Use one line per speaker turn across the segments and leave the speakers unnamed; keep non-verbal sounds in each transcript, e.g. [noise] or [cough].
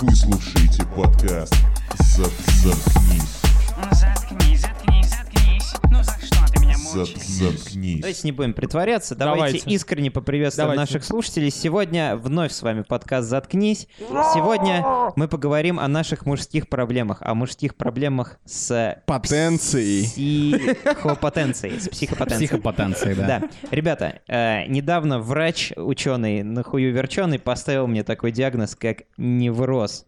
Вы слушаете подкаст «Зап- «Заткнись».
Ну заткнись, заткнись, заткнись. Ну за что ты меня
«Зап-
мучаешь?
«Заткнись».
Давайте не будем притворяться, давайте,
Давайте.
искренне поприветствуем
Давайте.
наших слушателей. Сегодня вновь с вами подкаст «Заткнись». Сегодня мы поговорим о наших мужских проблемах, о мужских проблемах с
Потенцией.
психопотенцией, с психопотенцией.
Психопотенция, [laughs] да.
Да, ребята, э, недавно врач, ученый, нахую верченый, поставил мне такой диагноз, как невроз.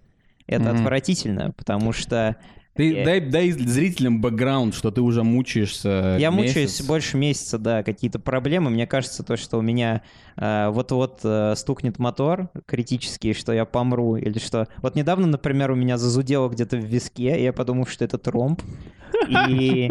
Это
Мгм.
отвратительно, потому что
Ты
Э.
дай, дай зрителям бэкграунд, что ты уже мучаешься
Я
месяц.
мучаюсь больше месяца, да, какие-то проблемы. Мне кажется, то, что у меня э, вот-вот э, стукнет мотор критический, что я помру или что. Вот недавно, например, у меня зазудело где-то в виске, и я подумал, что это тромб. И,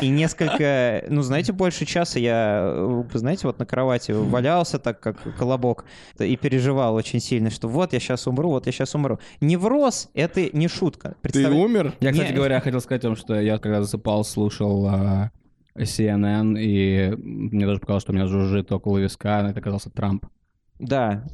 и несколько, ну, знаете, больше часа я, э, знаете, вот на кровати валялся так, как колобок, и переживал очень сильно, что вот я сейчас умру, вот я сейчас умру. Невроз — это не шутка.
Ты
Представля-
умер?
Я, кстати
Не-
говоря, хотел сказать вам, что я когда засыпал, слушал а, CNN, и мне даже показалось, что у меня жужжит около виска, но это оказался Трамп.
Да.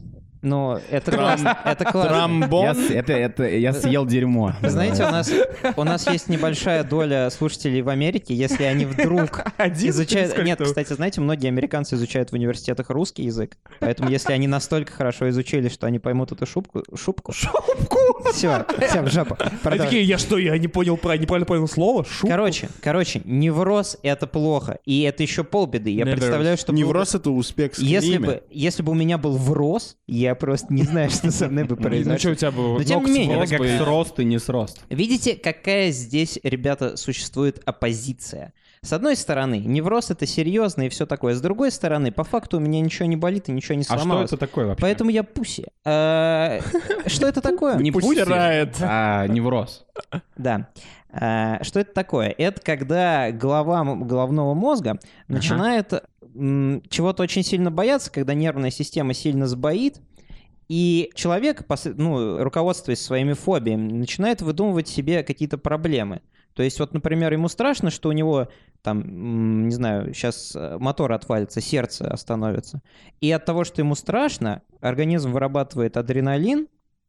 Но это классно. Это классно.
Я, с- это, это, я съел [laughs] дерьмо.
Вы знаете, у нас, у нас есть небольшая доля слушателей в Америке, если они вдруг
[laughs]
изучают... Нет, кстати, знаете, многие американцы изучают в университетах русский язык, поэтому если они настолько хорошо изучили, что они поймут эту шубку... Шубку? Шубку! Все, все, в жопу.
Они
Продолжим.
такие, я что, я не понял, про- неправильно понял слово? Шу?
Короче, короче, невроз — это плохо, и это еще полбеды. Я представляю, что... было бы-
Невроз — это успех с
Если бы, если бы у меня был вроз, я просто не знаю, что со мной бы произошло.
Ну что у тебя было?
Но тем не менее,
Это как срост и не срост.
Видите, какая здесь, ребята, существует оппозиция. С одной стороны, невроз это серьезно и все такое. С другой стороны, по факту у меня ничего не болит и ничего не
А что
сломалось.
это такое вообще?
Поэтому я пуси. Э, Что это такое?
Не пусть
Пустирает.
а невроз.
Да. А, Что это такое? Это когда голова м- головного мозга начинает м, чего-то очень сильно бояться, когда нервная система сильно сбоит, и человек, пос- ну, руководствуясь своими фобиями, начинает выдумывать себе какие-то проблемы. То есть, вот, например, ему страшно, что у него там, м, не знаю, сейчас мотор отвалится, сердце остановится. И от того, что ему страшно, организм вырабатывает адреналин,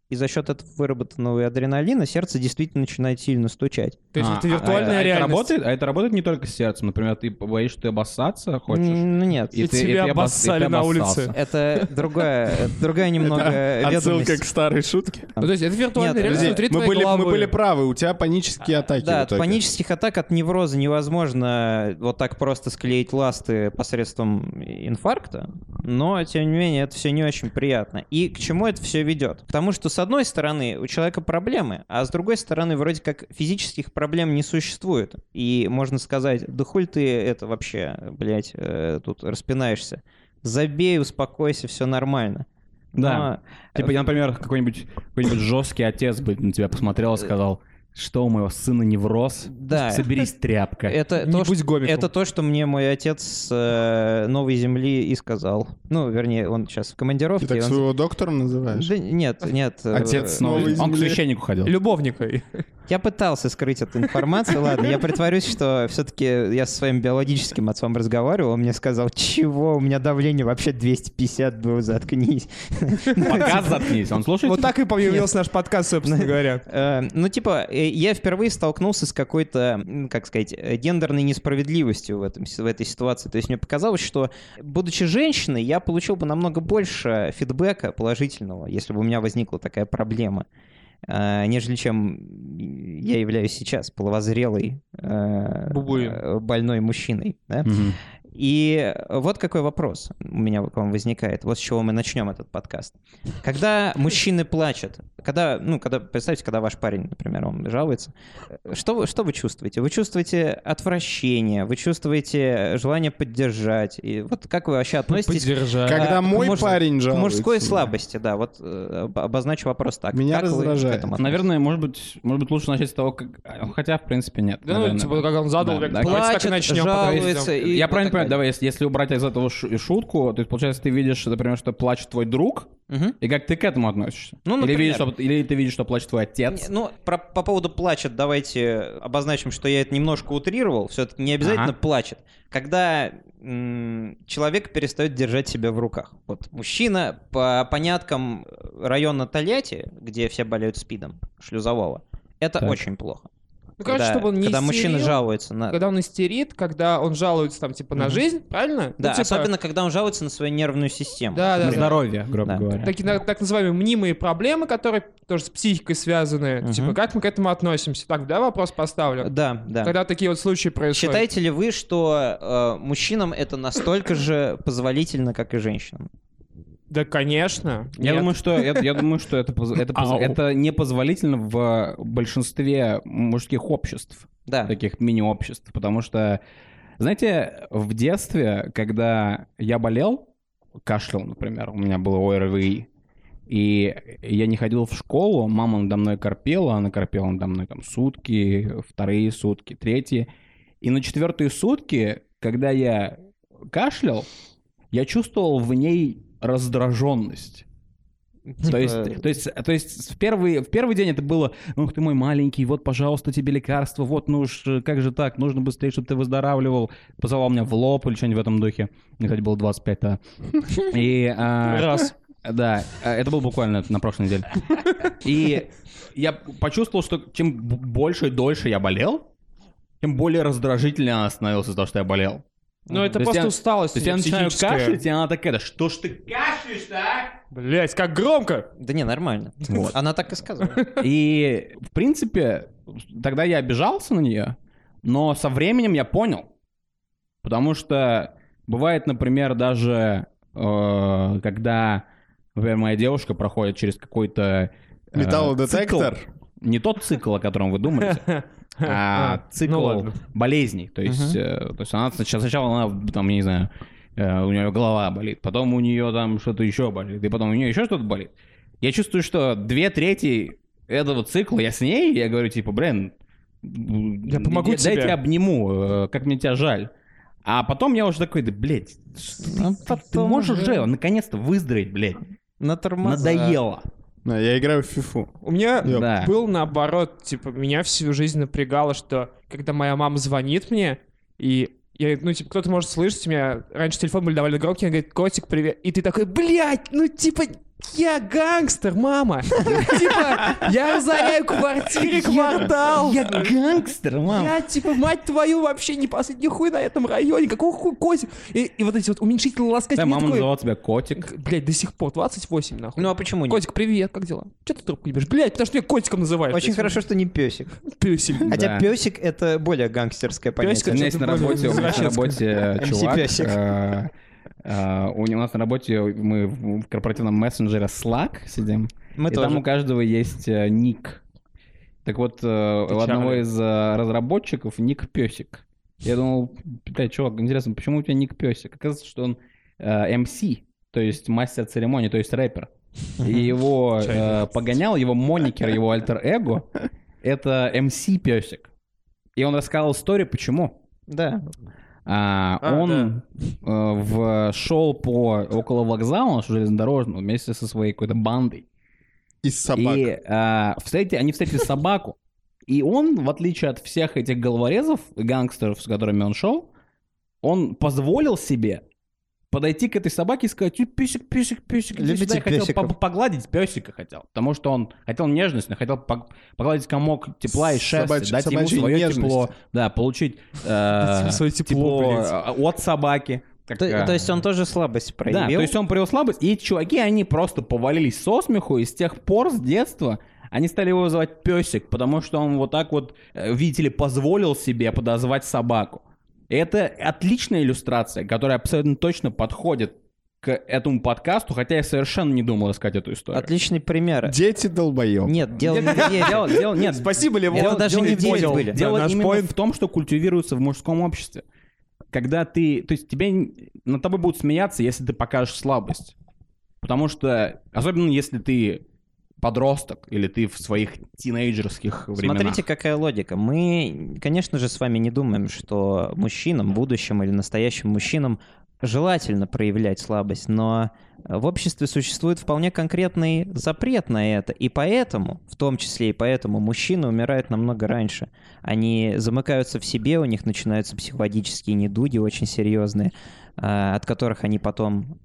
и за счет этого выработанного адреналина сердце действительно начинает сильно стучать.
То есть
А,
это
а- а
виртуальная
это
реальность.
работает, а это работает не только с сердцем. Например, ты боишься, ты обоссаться хочешь.
М, Ну нет,
И тебя
обос-
обоссали на
обоссался.
улице.
это другая, это другая немного
Отсылка
ведомость.
к старой шутке.
Ну, то есть это виртуальная
Нет,
реальность
подожди,
внутри
мы,
твоей
были, мы
головы.
были правы, у тебя панические атаки.
А, Да,
вот
от
так вот.
панических атак от невроза невозможно вот так просто склеить ласты посредством инфаркта, но, тем не менее, это все не очень приятно. И к чему это все ведет? Потому что, с одной стороны, у человека проблемы, а с другой стороны, вроде как физических проблем не существует. И можно сказать, да хуль ты это вообще, блядь, э, тут распинаешься. Забей, успокойся, все нормально.
Да.
Но,
Типа, я, например, какой-нибудь какой жесткий отец бы на тебя посмотрел и сказал, что у моего сына невроз,
Э. Да.
соберись, тряпка.
Это
Не
то,
будь
что-
гомиком.
Это то, что мне мой отец с э, Новой Земли и сказал. Ну, вернее, он сейчас в командировке.
Ты так
и он-
своего доктора называешь?
Да нет, нет. э,
Отец с Новой
Он к
Земли.
священнику ходил.
Любовникой.
Я пытался скрыть эту информацию, ладно. Я притворюсь, что все-таки я со своим биологическим отцом разговаривал. Он мне сказал, чего, у меня давление вообще 250 было, заткнись.
Пока заткнись, он слушает.
Вот так и появился наш подкаст, собственно говоря.
Э, Ну, типа, э, я впервые столкнулся с какой-то, м, как сказать, э, гендерной несправедливостью в, этом, в этой ситуации. То есть мне показалось, что, будучи женщиной, я получил бы намного больше фидбэка положительного, если бы у меня возникла такая проблема, э, нежели чем я являюсь сейчас половозрелой э,
Бубуин.
э, больной мужчиной. да?
Мгм.
И вот какой вопрос у меня к вам возникает. Вот с чего мы начнем этот подкаст. Когда мужчины плачут, когда, ну, когда, представьте, когда ваш парень, например, он жалуется, э, что вы, что вы чувствуете? Вы чувствуете отвращение, вы чувствуете желание поддержать. И вот как вы вообще относитесь
Поддержать.
Как-
Когда
к
мой
муж-
парень
А, к
жалуется...
мужской слабости? Да, вот э, об- обозначу вопрос так.
Меня
Как вы к
раздражает.
этому относитесь?
Наверное, может быть, может быть, лучше начать с того, как... а, Хотя, в принципе, нет.
Да, ну,
наверное.
типа, как он задал,
Да,
как
да,
давайте так и
Плачет,
начнем, потом
жалуется.
идем.
и-
Я
и
правильно
так
понимаю,
далее.
давай, если, если убрать из этого шу- шутку, то есть, получается, ты видишь, например, что плачет твой друг,
Мгм.
И как ты к этому относишься?
Ну,
или,
например.
видишь, что, или ты видишь, что плачет твой отец?
Не, Ну, про- по поводу плачет, давайте обозначим, что я это немножко утрировал. Все-таки не обязательно
Ага.
плачет. Когда м, человек перестает держать себя в руках. Вот мужчина по поняткам района Тольятти, где все болеют спидом, шлюзового, это
Так.
очень плохо.
Ну, короче,
когда
чтобы он не
когда мужчина
истерил,
жалуется на...
Когда он истерит, когда он жалуется там типа на
Мгм.
жизнь, правильно? Ну,
Да,
типа,
особенно когда он жалуется на свою нервную систему.
Да, да,
На
да.
здоровье, грубо
Да.
говоря.
Такие так, так называемые мнимые проблемы, которые тоже с психикой связаны.
Мгм.
Типа, как мы к этому относимся? Так, да, вопрос поставлен.
Да, да.
Когда такие вот случаи происходят.
Считаете ли вы, что э, мужчинам это настолько же позволительно, как и женщинам?
Да, конечно.
Я
Нет.
думаю, что это, я думаю, что это, поз- это, поз-
Ау.
это непозволительно в большинстве мужских обществ,
Да.
таких мини-обществ, потому что, знаете, в детстве, когда я болел, кашлял, например, у меня было ОРВИ, и я не ходил в школу, мама надо мной корпела, она корпела надо мной там сутки, вторые сутки, третьи, и на четвертые сутки, когда я кашлял, я чувствовал в ней раздраженность.
Типа
То есть, то есть, то есть в, первый, в первый день это было, ух ты мой маленький, вот, пожалуйста, тебе лекарство, вот, ну уж, э, как же так, нужно быстрее, чтобы ты выздоравливал. Поцеловал меня в лоб или что-нибудь в этом духе. Мне, кстати, было 25, да. И, а,
Раз.
да, э, это было буквально на прошлой неделе. И я почувствовал, что чем б- больше и дольше я болел, тем более раздражительно я становился из-за того, что я болел.
Ну, это
То есть
просто
я-
усталость.
То есть я начинаю
психическая.
кашлять, и она такая, «Да что ж ты
Блять, как громко!
Да не, [laughs] нормально.
Вот.
Она так и сказала.
И, в принципе, тогда я обижался на нее, но со временем я понял. Потому что бывает, например, даже э, когда, например, моя девушка проходит через какой-то... э,
Металлодетектор?
цикл. не тот цикл, о котором
[laughs]
вы думаете, [laughs] а
ну
цикл
ладно.
болезней. То есть, э, то есть она сначала, сначала она там, я не знаю, э, у нее голова болит, потом у нее там что-то еще болит, и потом у нее еще что-то болит. Я чувствую, что две трети этого цикла я с ней, я говорю, типа, блин, я
помогу тебе».
Дайте обниму, э, как мне тебя жаль. А потом я уже такой, да, блядь, что ты-
Ну,
ты,
потом
можешь
уже.
уже наконец-то выздороветь, блядь.
На тормоза.
Надоело.
Да, Я играю в фифу.
У меня
Ёп.
Да.
был наоборот, типа, меня всю жизнь напрягало, что когда моя мама звонит мне, и я, ну, типа, кто-то может слышать меня, раньше телефон были довольно громкие, она говорит, котик, привет, и ты такой, блядь, ну, типа, я гангстер, мама, [laughs] типа, я разоряю квартиры, квартал,
Я гангстер, мам.
я, типа, мать твою, вообще не последний хуй на этом районе, какого хуй котик, и, и вот эти вот уменьшители ласкать,
Да,
мне
мама
такой,
называла тебя котик.
блядь, до сих пор, 28, нахуй.
Ну а почему нет?
Котик, привет, как дела? Че ты трубку не берешь? Блять, потому что меня котиком называют.
Очень хорошо, что не песик.
Песик.
Хотя
Да.
песик это более гангстерское
У
понятие.
меня есть на работе, у меня есть на работе чувак.
MC-пёсик.
э, э, У у нас на работе мы в в корпоративном мессенджере Slack сидим.
Мы
и там
тоже.
у каждого есть э, ник. Так вот, э, у одного
Чарли.
из э, разработчиков ник песик. Я думал, блядь, чувак, интересно, почему у тебя ник песик? Оказывается, что он э, MC, то есть мастер церемонии, то есть рэпер. И его э, погонял, его моникер, его альтер-эго, это MC песик. И он рассказал историю, почему.
Да.
А,
А,
он э, в, шел по около вокзала железнодорожного вместе со своей какой-то бандой.
Из собак.
И а, встрети- они встретили собаку. И он, в отличие от всех этих головорезов, гангстеров, с которыми он шел, он позволил себе подойти к этой собаке и сказать, «Ой, песик, песик, песик, иди
Любите
сюда». Я хотел
песиков?
по- погладить песика хотел, потому что он хотел нежность, но хотел пог- погладить комок тепла и шерсти,
Собачь-
дать ему
собачьей
свое
нежности.
тепло, да, получить э,
[laughs]
свое тепло,
тепло,
блядь.
э, от собаки. как,
То
э,
то есть он тоже слабость проявил.
да, то есть он привел слабость, и чуваки, они просто повалились со смеху, и с тех пор, с детства, они стали его звать песик, потому что он вот так вот, э, видите ли, позволил себе подозвать собаку. И это отличная иллюстрация, которая абсолютно точно подходит к этому подкасту, хотя я совершенно не думал искать эту историю.
Отличный пример.
Дети долбоем.
Нет, дело э,
[laughs]
не в
Дело-
диете.
дело- нет,
[laughs]
Спасибо, Левон.
Это даже
дело
не
не
дети
понял.
были.
Дело
Да, наш
именно
поинт-
в том, что культивируется в мужском обществе. Когда ты, то есть тебя н- над тобой будут смеяться, если ты покажешь слабость. Потому что, особенно если ты подросток или ты в своих тинейджерских временах.
Смотрите, какая логика. Мы, конечно же, с вами не думаем, что мужчинам, будущим или настоящим мужчинам желательно проявлять слабость, но в обществе существует вполне конкретный запрет на это. И поэтому, в том числе и поэтому, мужчины умирают намного раньше. Они замыкаются в себе, у них начинаются психологические недуги очень серьезные, а, от которых они потом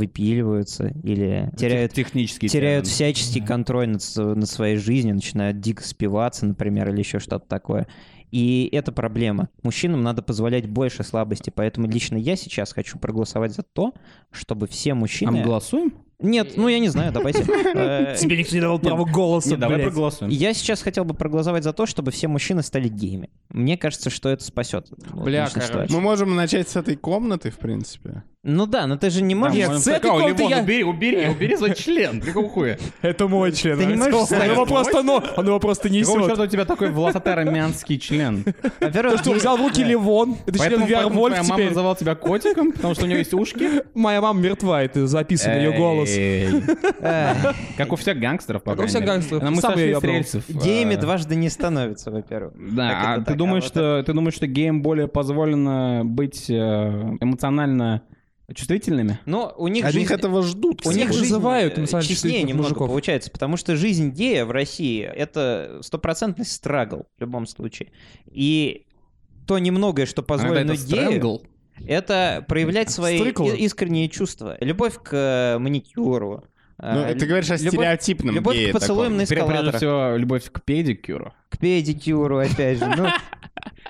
самовыпиливаются или теряют
технически
теряют всяческий контроль над, с- над своей жизнью, начинают дико спиваться, например, или еще что-то такое. И это проблема. Мужчинам надо позволять больше слабости, поэтому лично я сейчас хочу проголосовать за то, чтобы все
А мы
мужчины...
голосуем?
Нет, ну я не знаю,
[laughs]
давайте. Э,
Тебе никто не давал права голоса,
Нет, давай
блядь.
проголосуем.
Я сейчас хотел бы проголосовать за то, чтобы все мужчины стали геями. Мне кажется, что это спасет. вот,
Бля,
лично
короче.
ситуацию.
Ну,
Мы можем начать с этой комнаты, в принципе.
Ну да, но ты же не можешь...
Нет, с этой комнаты я... Убери, убери, убери свой член. Какого [laughs] хуя?
Это мой член.
Ты не можешь
Он
встать?
его просто, но, он его просто
Какого
несет.
черта у тебя такой волосатый член?
Во-первых,
Что, взял в руки Ливон? Это член
Поэтому, поэтому твоя
Вервольф
мама
теперь.
называла тебя котиком, потому что у нее есть ушки.
Моя мама мертва, это записан ее голос.
Эй.
э,
Как у всех гангстеров, по
Как у
крайней
всех
мере.
гангстеров.
Но Мы
Сам я
сошли с
ёбнул.
рельсов.
геями
А,
дважды не становятся, во-первых. Как это
Да, а ты
так? А
думаешь,
вот
что ты думаешь, что геям более позволено быть э, эмоционально чувствительными?
Ну, у них
Они
жизнь...
этого ждут.
У
кстати.
них жизнь
вызывают
э,
эмоционально
честнее
чувствительных
немного
мужиков.
получается, потому что жизнь гея в России — это стопроцентный страгл в любом случае. И то немногое, что позволено
Иногда это
гею,
странгл.
это проявлять свои
Стрикл.
и- искренние чувства. Любовь к э, маникюру. э,
Ну, ты
лю-
говоришь о
любовь-
стереотипном
Любовь
гее
к поцелуем
таком.
на
Пре- Прежде
эскалаторах,
всего, любовь к педикюру.
к педикюру, опять же. Ну,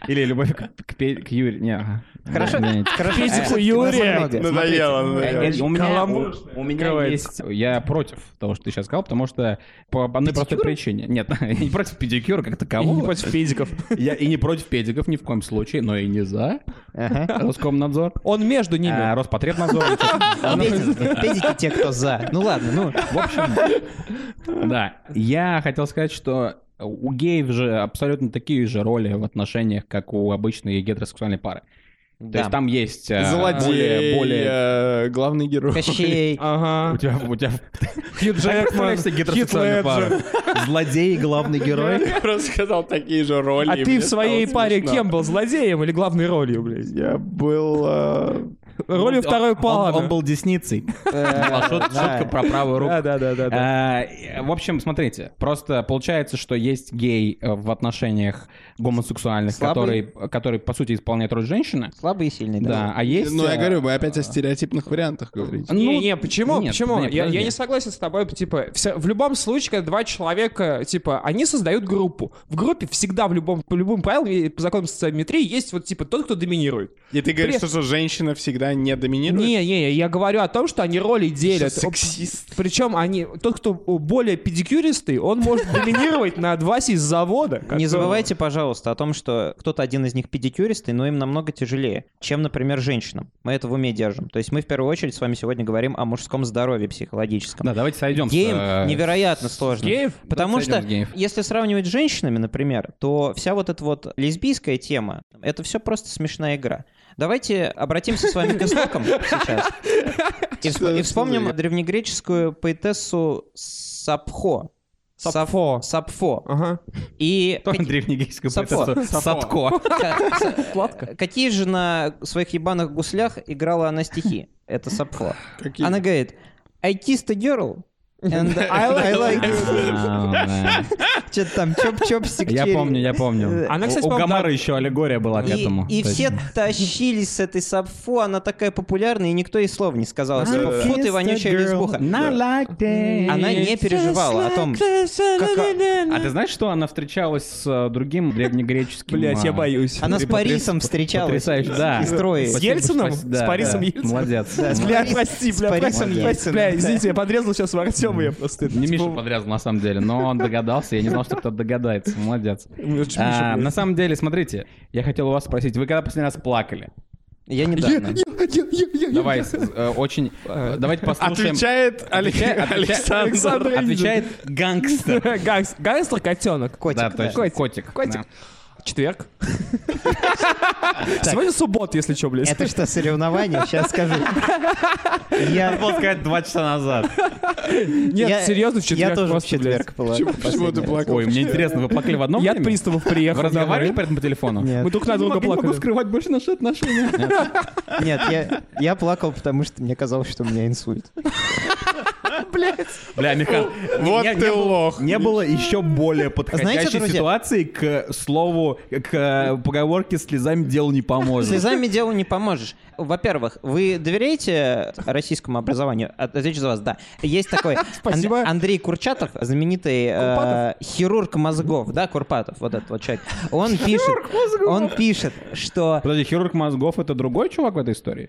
Или любовь к, к, пе- к Юре. Не, ага.
хорошо.
Не,
хорошо, а,
Педику
всё-таки
Юрия.
нас много.
Надоело,
Э,
надоело.
э, У меня,
Каламбур,
у- у меня
открывается.
есть... Я против того, что ты сейчас сказал, потому что по одной простой причине. Нет, [laughs] я не против педикюра как
И не
такового.
против педиков.
Я и не против педиков ни в коем случае, но и не за
Ага.
Роскомнадзор.
Он между ними.
А, Роспотребнадзор.
[laughs] Педики педики те, кто за. Ну ладно, ну.
В общем, да. Я хотел сказать, что у геев же абсолютно такие же роли в отношениях, как у обычной гетеросексуальной пары. То
да.
есть там есть э,
Злодей,
более... более-
э, главный
[laughs]
герой.
Кощей,
У
Ага.
тебя, у тебя
Хит
Так
Джекман,
А представляешь себе гетеросексуальную
Хит Леджер.
пару. Злодей, главный
[laughs]
герой.
Я просто сказал такие же роли.
А
и
ты
мне
в своей
стало
паре
смешно.
кем был? Злодеем или главной ролью, блядь?
Я был... э,
Ролью второй
Ну, Он- он- Он
планы.
был десницей.
Э,
Была А, шут-
да.
Шутка про правую руку.
Да, да, да, да. да.
А, э, В общем, смотрите, просто получается, что есть гей э, в отношениях гомосексуальных,
Слабый.
который, который по сути исполняет роль женщины.
слабый и сильный,
Да, а есть.
Ну, я
э,
говорю, вы опять о стереотипных вариантах говорите.
ну,
не, не, почему?
нет,
почему?
нет,
я, я
подожди.
не согласен с тобой, типа, вся- в любом случае, когда два человека, типа, они создают группу. В группе всегда в любом, по любым правилам, и по законам социометрии, есть вот, типа, тот, кто доминирует.
Ну,
И ты говоришь, что, что женщина всегда не доминирует?
Не, не, я говорю о том, что они роли делят.
Сексист.
Причем они, тот, кто более педикюристый, он может доминировать над Васей с завода.
Не
который-
забывайте, пожалуйста, о том, что кто-то один из них педикюристый, но им намного тяжелее, чем, например, женщинам. Мы это в уме держим. То есть мы в первую очередь с вами сегодня говорим о мужском здоровье психологическом.
Да, давайте сойдем. с,
Геям
э,
невероятно сложно.
Геев?
Потому
Сойдем
что,
с геев.
если сравнивать с женщинами, например, то вся вот эта вот лесбийская тема, это все просто смешная игра. Давайте обратимся с вами к истокам сейчас. И
Что
всп-
это
И
за
вспомним
игра?
древнегреческую поэтессу Сапхо.
Сапфо.
Сапфо.
Ага.
И
Тоже
каки-
древнегреческая
Сапфо.
поэтесса Садко.
[laughs] Э, Какие же на своих ебаных гуслях играла она стихи? Это Сапфо.
Какие?
Она говорит, I kissed a girl, [laughs] and I like,
А, да.
Что-то там, чоп-чоп, стик
[laughs] Я помню, я помню.
Она,
У-
кстати,
у
по-моему,
Гомера еще аллегория была к
И,
этому.
и
То есть-
все тащились с этой Сапфо, она такая популярная, и никто ей слов не сказал. Типа,
да.
«Фу ты вонючая лесбуха. Она не переживала о том,
А ты знаешь, что она встречалась с э, другим древнегреческим...
Блять, я
а,
боюсь.
она с Парисом встречалась.
Потрясающе, да.
Из Трои.
С Ельцином?
Спасибо,
С Борисом
да.
Ельцином?
Молодец.
Да, с
Бля,
Борис-
прости,
с
бля,
Борисом
прости,
Ельцином,
Бля,
да.
извините, я подрезал сейчас в Артема, я просто...
типа,
Не Миша подрезал, на самом деле, но он догадался. Я не знал, что кто-то догадается. Молодец.
Типа
А, На самом деле, смотрите, я хотел у вас спросить, вы когда последний раз плакали?
Я недавно.
Давай, с- э, очень... э, Давайте послушаем...
Отвечает
Отвечай-
Алексей-
отвечай-
Александр.
Отвечает гангстер.
Гангстер котенок.
Котик.
Да,
да.
точно, котик.
Котик.
да.
четверг. Сегодня суббота, если что, блядь.
Это что, соревнование? Сейчас скажу. Я,
Можно сказать, два часа назад.
я-
Нет, серьезно, в четверг
я тоже в
просто, блядь.
четверг Ну, была.
Почему- Почему ты плакал?
Ой, мне интересно, вы плакали в одном
Я от
время?
приставов приехал.
Вы разговаривали
домой.
при этом по телефону?
Мы
Нет,
друг на друга плакали.
скрывать больше наши отношения.
нет, я, я плакал, потому что мне казалось, что у меня инсульт.
Бля, Михан,
Вот
не-
ты
не было-
лох.
Не было еще более
Знаете,
подходящей
друзья-
ситуации к слову, к э, поговорке «слезами делу не поможет».
Слезами делу не поможешь. Во-первых, вы доверяете российскому образованию? От- Отвечу за вас, да. Есть такой
[laughs]
Ан-
Спасибо.
Андрей Курчатов, знаменитый э, хирург мозгов, да, Курпатов, вот этот вот человек. Он пишет, он пишет, что
Подожди, хирург мозгов — это другой чувак в этой истории?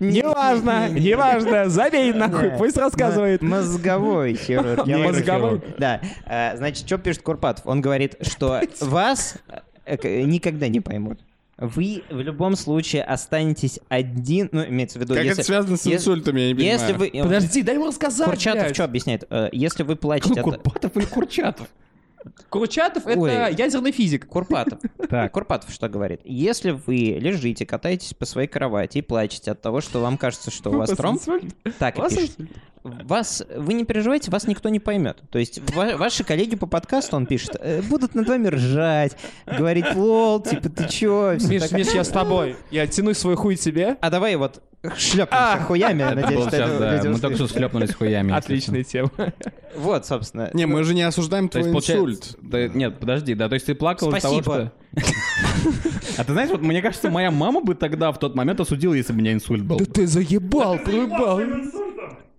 Неважно, неважно, забей нахуй,
Да.
пусть рассказывает.
М- Мозговой хирург. Я
Мозговой?
мозговой. Да. А, Значит, что пишет Курпатов? Он говорит, что
[laughs]
вас э, к- никогда не поймут. Вы в любом случае останетесь один, ну, имеется в виду,
Как это
если...
связано с
если-
инсультами, я не понимаю.
Если вы... э,
Подожди, дай ему рассказать,
Курчатов
блядь.
что объясняет? Э, Если вы плачете... от-
Курпатов или Курчатов?
Курчатов — это
Ой.
ядерный физик. [laughs]
Курпатов.
Так.
Курпатов что говорит? Если вы лежите, катаетесь по своей кровати и плачете от того, что вам кажется, что
Ну, [laughs]
у вас тромб, так и
Вас
пишет. Вас, вы не переживайте, вас никто не поймет. То есть ва- ваши коллеги по подкасту, он пишет, э, будут над вами ржать, говорить, лол, типа, ты чё? всё
Миш,
такое.
Миш, я с тобой. Я тяну свой хуй тебе.
А давай вот шлепнемся хуями,
Это
надеюсь,
было
что
сейчас,
это
да,
люди
Мы только
услышат.
что схлепнулись хуями.
Отличная тема.
Вот, собственно.
Не, мы же не осуждаем
То
твой
есть,
инсульт.
получается... да, Нет, подожди, да, то есть ты плакал из-за того,
Спасибо.
что... [laughs] А ты знаешь, вот мне кажется, моя мама бы тогда в тот момент осудила, если бы у меня инсульт был.
ты заебал, проебал.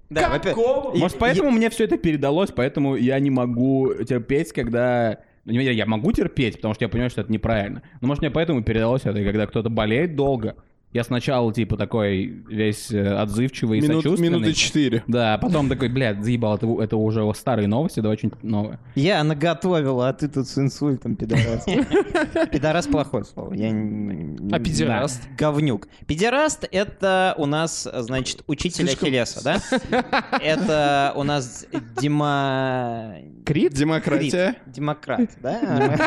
Да, во-пе-
Может, поэтому мне все это передалось, поэтому я не могу терпеть, когда... Ну, не, Я могу терпеть, потому что я понимаю, что это неправильно. Но, может, мне поэтому передалось это, и когда кто-то болеет долго. Я сначала, типа, такой весь э, отзывчивый и
Минут-
сочувственный.
Минуты четыре.
Да, а потом такой, блядь, заебал, это, это уже старые новости, давай что-нибудь новое.
Я наготовила, а ты тут с инсультом,
[laughs]
пидорас. Пидорас плохое слово. Я... не-
А пидераст?
Да, Говнюк. Пидераст — это у нас, значит, учитель Ахиллеса,
[laughs]
да? Это у нас Дима...
Крит?
Демократия.
Демократ, да?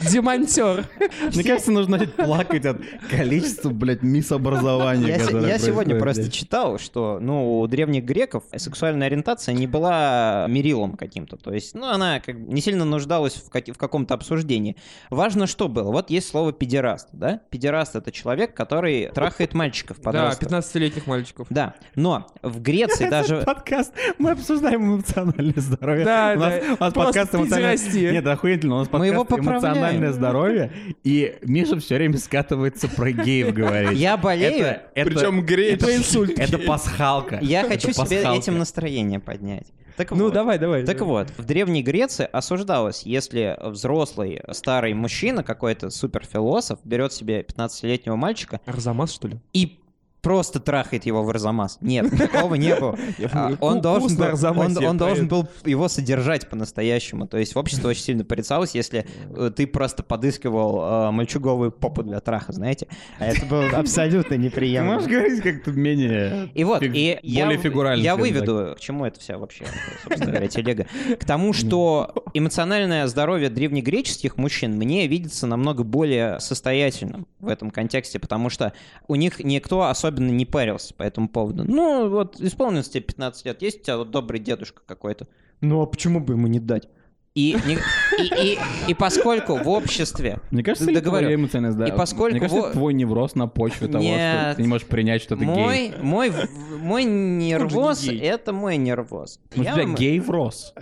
Демонтер.
Мне кажется, нужно начать плакать от количества, блядь, мисс-образования,
Я, се-
которое
я сегодня
происходит,
просто
блядь.
читал, что ну, у древних греков сексуальная ориентация не была мерилом каким-то. То есть, ну, она как бы не сильно нуждалась в, каки- в каком-то обсуждении. Важно, что было. Вот есть слово педераст, да? Педераст — это человек, который трахает мальчиков
Да,
подростков.
15-летних мальчиков.
Да, но в
[laughs]
Греции даже...
подкаст. Мы обсуждаем эмоциональное здоровье.
Да,
у нас,
да.
у нас
Просто
подкаст
пидорасти.
эмоциональное... Нет, охуительно, у нас
Мы
подкаст
его поправляем.
эмоциональное здоровье. И Миша все время скатывается про геев говорить.
Я болею,
Это, это- [laughs]
Причем греет.
это, это пасхалка.
я
Это
хочу себе
пасхалка.
этим настроение поднять. Так
Ну,
вот.
давай, давай.
Так вот, в Древней Греции осуждалось, если взрослый старый мужчина, какой-то суперфилософ, берет себе 15-летнего мальчика
Арзамас, что ли?
и просто трахает его в Арзамас. Нет, такого не
[laughs]
было. А, Он
Ку-
должен,
кус на
был,
Арзамасе,
он- он
это
должен
это.
был его содержать по-настоящему. То есть общество очень сильно порицалось, если э, ты просто подыскивал э, мальчуговую попу для траха, знаете. А это
[laughs]
было абсолютно
Ты
неприемлемо.
можешь говорить как-то менее...
И вот,
фиг-
и я,
более
в-
фигурально,
я
скажем
выведу, к чему это вся вообще, собственно говоря, телега. К тому, что эмоциональное здоровье древнегреческих мужчин мне видится намного более состоятельным в этом контексте, потому что у них никто особенно не парился по этому поводу. Ну, вот исполнилось тебе 15 лет, есть у тебя вот добрый дедушка какой-то. Ну, а почему бы ему не дать? И, не- и, и, и поскольку в обществе...
Мне кажется,
Да
это
говорю.
твое эмоциональное здоровье?
И поскольку
Мне кажется,
во-
это твой невроз на почве того, что
Нет.
ты не можешь принять, что ты гей.
Мой, мой, мой нервоз,
гей.
это мой нервоз.
Может, у
Я
тебя
м-
гей врос?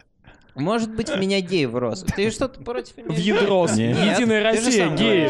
Может быть, в меня гей врос. Ты что-то против меня?
В ядро.
Нет.
Единая
ты же
Россия,
сам
геи.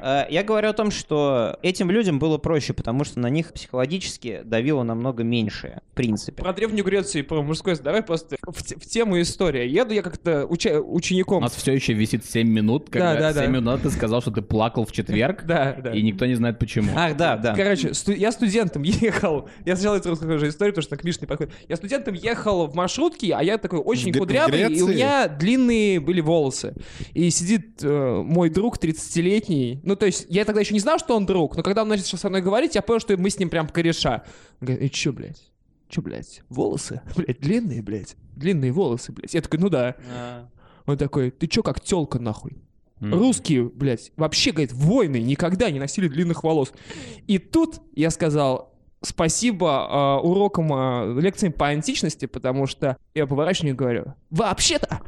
Э, Я говорю о том, что этим людям было проще, потому что на них психологически давило намного меньше, в принципе.
Про Древнюю Грецию и про мужское здоровье просто в, те- в тему история. Еду я как-то уча-
У
учеником.
нас все еще висит 7 минут, когда
да, да.
7 минут назад ты сказал, что ты плакал в четверг,
Да, да.
и никто не знает почему.
Ах, да, да.
Короче, сту- я студентом [laughs] ехал. Я сначала это расскажу историю, потому что на книжке не подходит. Я студентом ехал в маршрутке, а я такой очень
Г- в
кудрявый, и у
Греции?
меня длинные были волосы. И сидит э, мой друг 30-летний. Ну, то есть, я тогда еще не знал, что он друг, но когда он начал со мной говорить, я понял, что мы с ним прям кореша. Он говорит, и чё, блядь? Чё, блядь? Волосы? [laughs] Блядь, длинные, блядь. Длинные волосы, блядь. Я такой, ну да. Он такой, ты чё как тёлка, нахуй?
М.
Русские, блядь, вообще, говорит, войны никогда не носили длинных волос. И тут я сказал спасибо э, урокам, э, лекциям по античности, потому что я поворачиваюсь и говорю, вообще-то,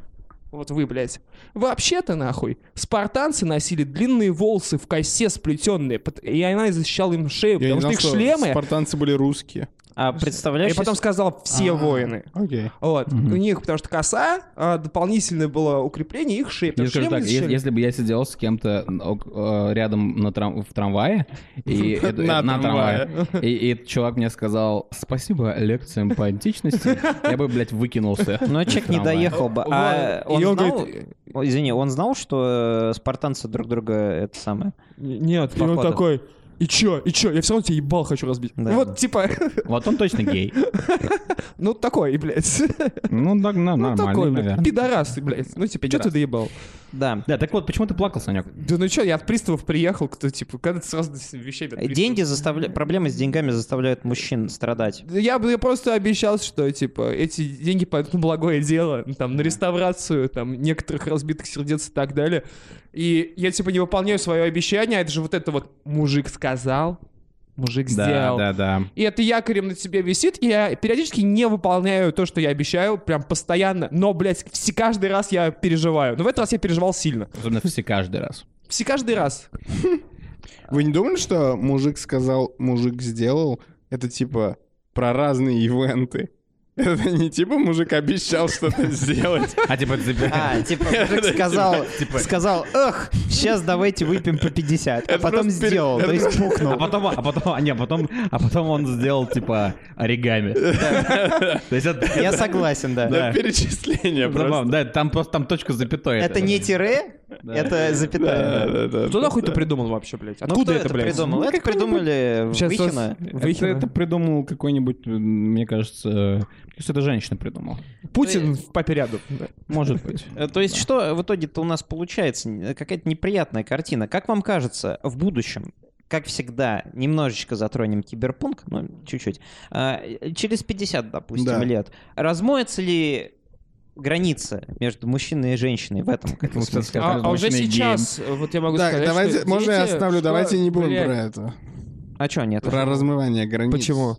вот вы, блядь, вообще-то нахуй, спартанцы носили длинные волосы в косе сплетенные, пот- и она защищала им шею,
Я не
потому что
знал,
их
что
шлемы...
Спартанцы были русские.
А представляешь,
Я потом
если-
сказал, все воины.
Окей.
Вот. У них, потому что коса, а, дополнительное было укрепление их шеи.
Я
потому что
скажу
шлемы
так, е-
защищали.
если, бы я сидел с кем-то ок- э, рядом на трам- в трамвае,
[laughs]
и это-
На
на трамвае, и и этот чувак мне сказал спасибо лекциям по античности, я бы, блядь, выкинулся. Ну,
Но
из
человек не
трамвая.
доехал бы. А
Вот. И
он
он
знал-
говорит,
Ой, Извини, он знал, что э, спартанцы друг друга это самое.
нет, и он
Походу.
такой, и чё, и чё, я все равно тебя ебал хочу разбить.
Да.
вот, типа, [laughs]
Вот он точно гей.
ну такой, блядь. [laughs]
Ну, так, на-
Ну такой,
нормально,
блядь.
наверное.
Пидорас, блядь. Ну, типа, чё ты
Пидорас.
доебал?
Да.
Да, так вот, почему ты плакал, Санек?
Да ну чё, я от приставов приехал, кто, типа, когда ты сразу с вещей... от приставов.
Э, Деньги заставляют, проблемы с деньгами заставляют мужчин
[laughs]
страдать.
Да Я, бы- я просто обещал, что, типа, эти деньги пойдут на благое дело, ну, там, на реставрацию, там, некоторых разбитых сердец и так далее. И я, типа, не выполняю свое обещание, а это же вот это вот «мужик сказал, мужик
Да,
сделал».
да, да.
И это якорем на тебе висит, и я периодически не выполняю то, что я обещаю, прям постоянно. Но, блядь, все каждый раз я переживаю. Но в этот раз я переживал сильно.
Особенно все каждый раз.
Все каждый раз.
[laughs] Вы не думали, что мужик сказал, мужик сделал? Это типа про разные ивенты. [laughs] Это не типа мужик обещал что-то сделать.
А типа
[laughs] А, типа, мужик сказал,
типа.
сказал, эх, сейчас давайте выпьем по 50, а потом
просто пере-
сделал, то есть
А
пукнул.
потом, а потом, а не, потом, а потом он сделал типа оригами. То есть это,
Я согласен, да.
Это перечисление просто.
Забавно, да, там просто там точка с запятой.
Это не тире, это
Да,
запятая.
да, да,
Кто
да,
нахуй
да.
это придумал вообще, блядь?
Ну,
Откуда
кто
это, блядь?
придумал? Это придумали в
Сейчас
Выхино.
вот
Это,
Выхино.
это придумал какой-нибудь, м, мне кажется, э, мне кажется, это женщина придумала.
Путин в папе рядом.
Может быть.
Э, То есть что в итоге-то у нас получается? Н- Какая-то неприятная картина. Как вам кажется, в будущем, как всегда, немножечко затронем киберпунк, ну, чуть-чуть, а, э, через 50, допустим,
Да.
лет, размоется ли граница между мужчиной и женщиной в этом как бы,
Ну, кстати,
смысле?
А, а уже
Возмущенный геем.
сейчас, э, вот я могу
Так,
сказать,
давайте,
что
можно я
дети-
оставлю,
что,
давайте не будем
блядь,
про это.
А что нет?
Про размывание границ.
Почему?